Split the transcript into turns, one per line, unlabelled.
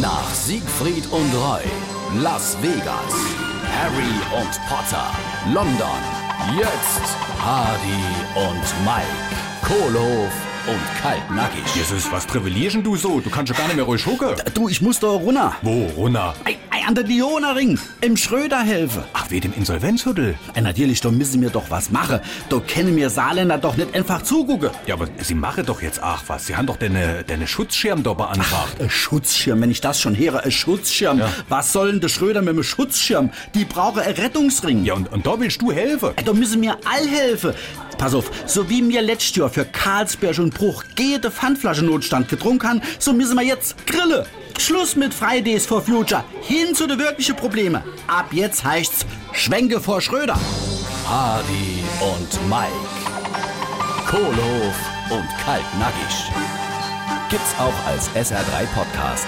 Nach Siegfried und Roy, Las Vegas, Harry und Potter, London, jetzt Hardy und Mike, Kohlehof und Kaltnackig.
Jesus, was privilegieren du so? Du kannst ja gar nicht mehr ruhig schucken.
Du, ich muss da runter.
Wo, Runner?
Ei, ei, an der Dionering, im Schröder helfe.
Ach, weh dem Insolvenzhüttel.
Ei, natürlich, da müssen wir doch was machen. Da kennen mir Saarländer doch nicht einfach zugucken.
Ja, aber sie machen doch jetzt ach was. Sie haben doch deine, deine Schutzschirm da beantragt.
Ein Schutzschirm, wenn ich das schon höre, ein Schutzschirm.
Ja.
Was soll denn der Schröder mit dem Schutzschirm? Die brauchen einen Rettungsring.
Ja, und, und da willst du helfen.
Äh, Da müssen mir all helfen. Pass auf, so wie mir letztes Jahr für Karlsberg und Bruch jede Pfandflasche Notstand getrunken haben, so müssen wir jetzt grille. Schluss mit Fridays for Future. Hin zu den wirklichen Problemen. Ab jetzt heißt's Schwenke vor Schröder. Hardy und Mike. Kohlof und Kaltnackig. Gibt's auch als SR3 Podcast.